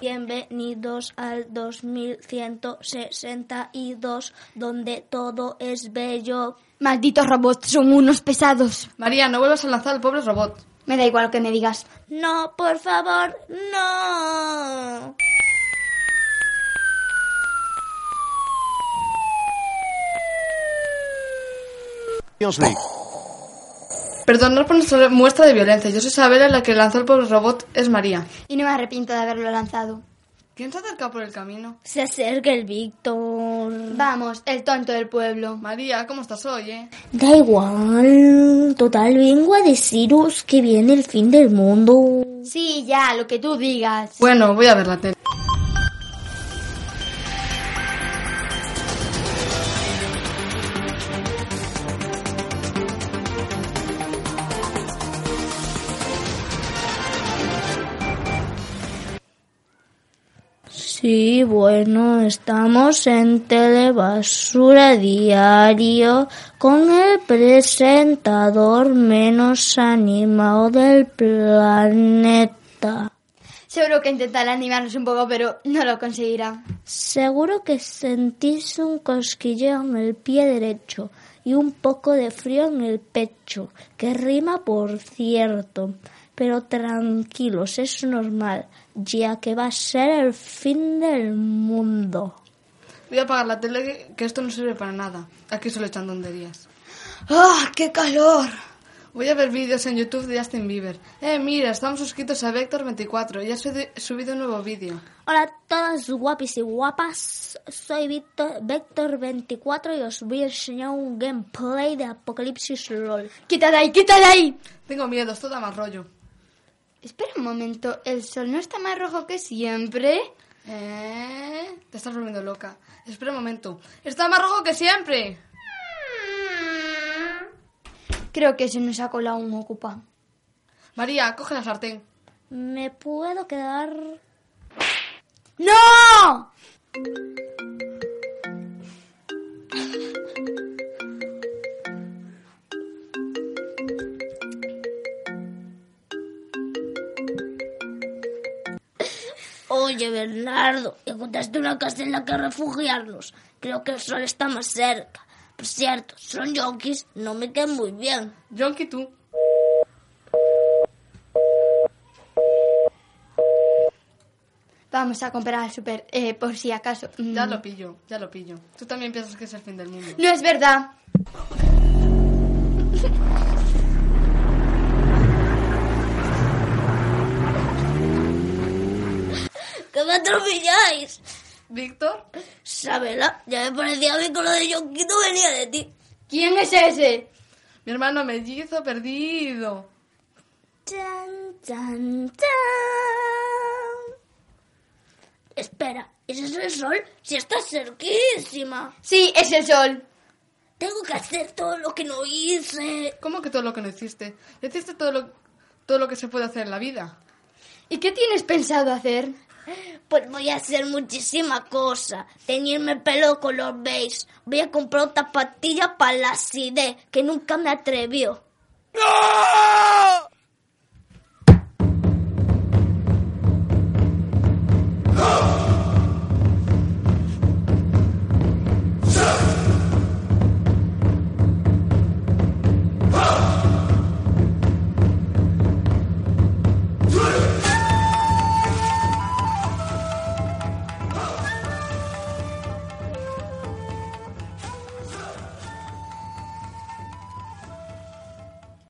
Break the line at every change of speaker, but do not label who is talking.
Bienvenidos al 2162, donde todo es bello.
Malditos robots, son unos pesados.
María, no vuelvas a lanzar al pobre robot.
Me da igual lo que me digas.
No, por favor, no.
Champions League.
Perdonad por nuestra muestra de violencia. Yo soy Isabela, la que lanzó el pobre robot es María.
Y no me arrepiento de haberlo lanzado.
¿Quién se acerca por el camino?
Se acerca el Víctor.
Vamos, el tonto del pueblo.
María, ¿cómo estás hoy, eh?
Da igual. Total, vengo a deciros que viene el fin del mundo.
Sí, ya, lo que tú digas.
Bueno, voy a ver la tele.
Sí, bueno, estamos en Telebasura Diario con el presentador menos animado del planeta.
Seguro que intentará animarnos un poco, pero no lo conseguirá.
Seguro que sentís un cosquilleo en el pie derecho y un poco de frío en el pecho, que rima por cierto. Pero tranquilos, es normal, ya que va a ser el fin del mundo.
Voy a apagar la tele, que- que esto no sirve para nada. Aquí solo echan tonterías.
¡Ah, qué calor!
Voy a ver vídeos en YouTube de Justin Bieber. Eh, mira, estamos suscritos a Vector24 y ha subi- subido un nuevo vídeo.
Hola a todos guapis y guapas, soy Víctor- Vector24 y os voy a enseñar un gameplay de Apocalipsis LOL.
¡Quita de ahí, quita de ahí!
Tengo miedo, esto da más rollo.
Espera un momento, ¿el sol no está más rojo que siempre?
Eh, te estás volviendo loca. Espera un momento. ¡Está más rojo que siempre!
Creo que se nos ha colado un ocupa.
María, coge la sartén.
¿Me puedo quedar?
¡No!
Oye, Bernardo, encontraste una casa en la que refugiarnos. Creo que el sol está más cerca. Por cierto, son yonkis, no me quedan muy bien.
Yonki, tú.
Vamos a comprar al super, eh, por si acaso. Mm.
Ya lo pillo, ya lo pillo. Tú también piensas que es el fin del mundo.
No es verdad.
¡Que me atropelláis!
¿Víctor?
Sabela, ya me parecía a mí que lo de yonkis no venía de ti.
¿Quién es ese?
Mi hermano mellizo perdido.
Chan, chan, chan. Espera, ¿ese es el sol? Si está cerquísima.
Sí, es el sol.
Tengo que hacer todo lo que no hice.
¿Cómo que todo lo que no hiciste? Ya hiciste todo lo, todo lo que se puede hacer en la vida.
¿Y qué tienes pensado hacer?
Pues voy a hacer muchísima cosa. Teñirme el pelo color beige. Voy a comprar otra pastilla para la acidez que nunca me atrevió.
¡No!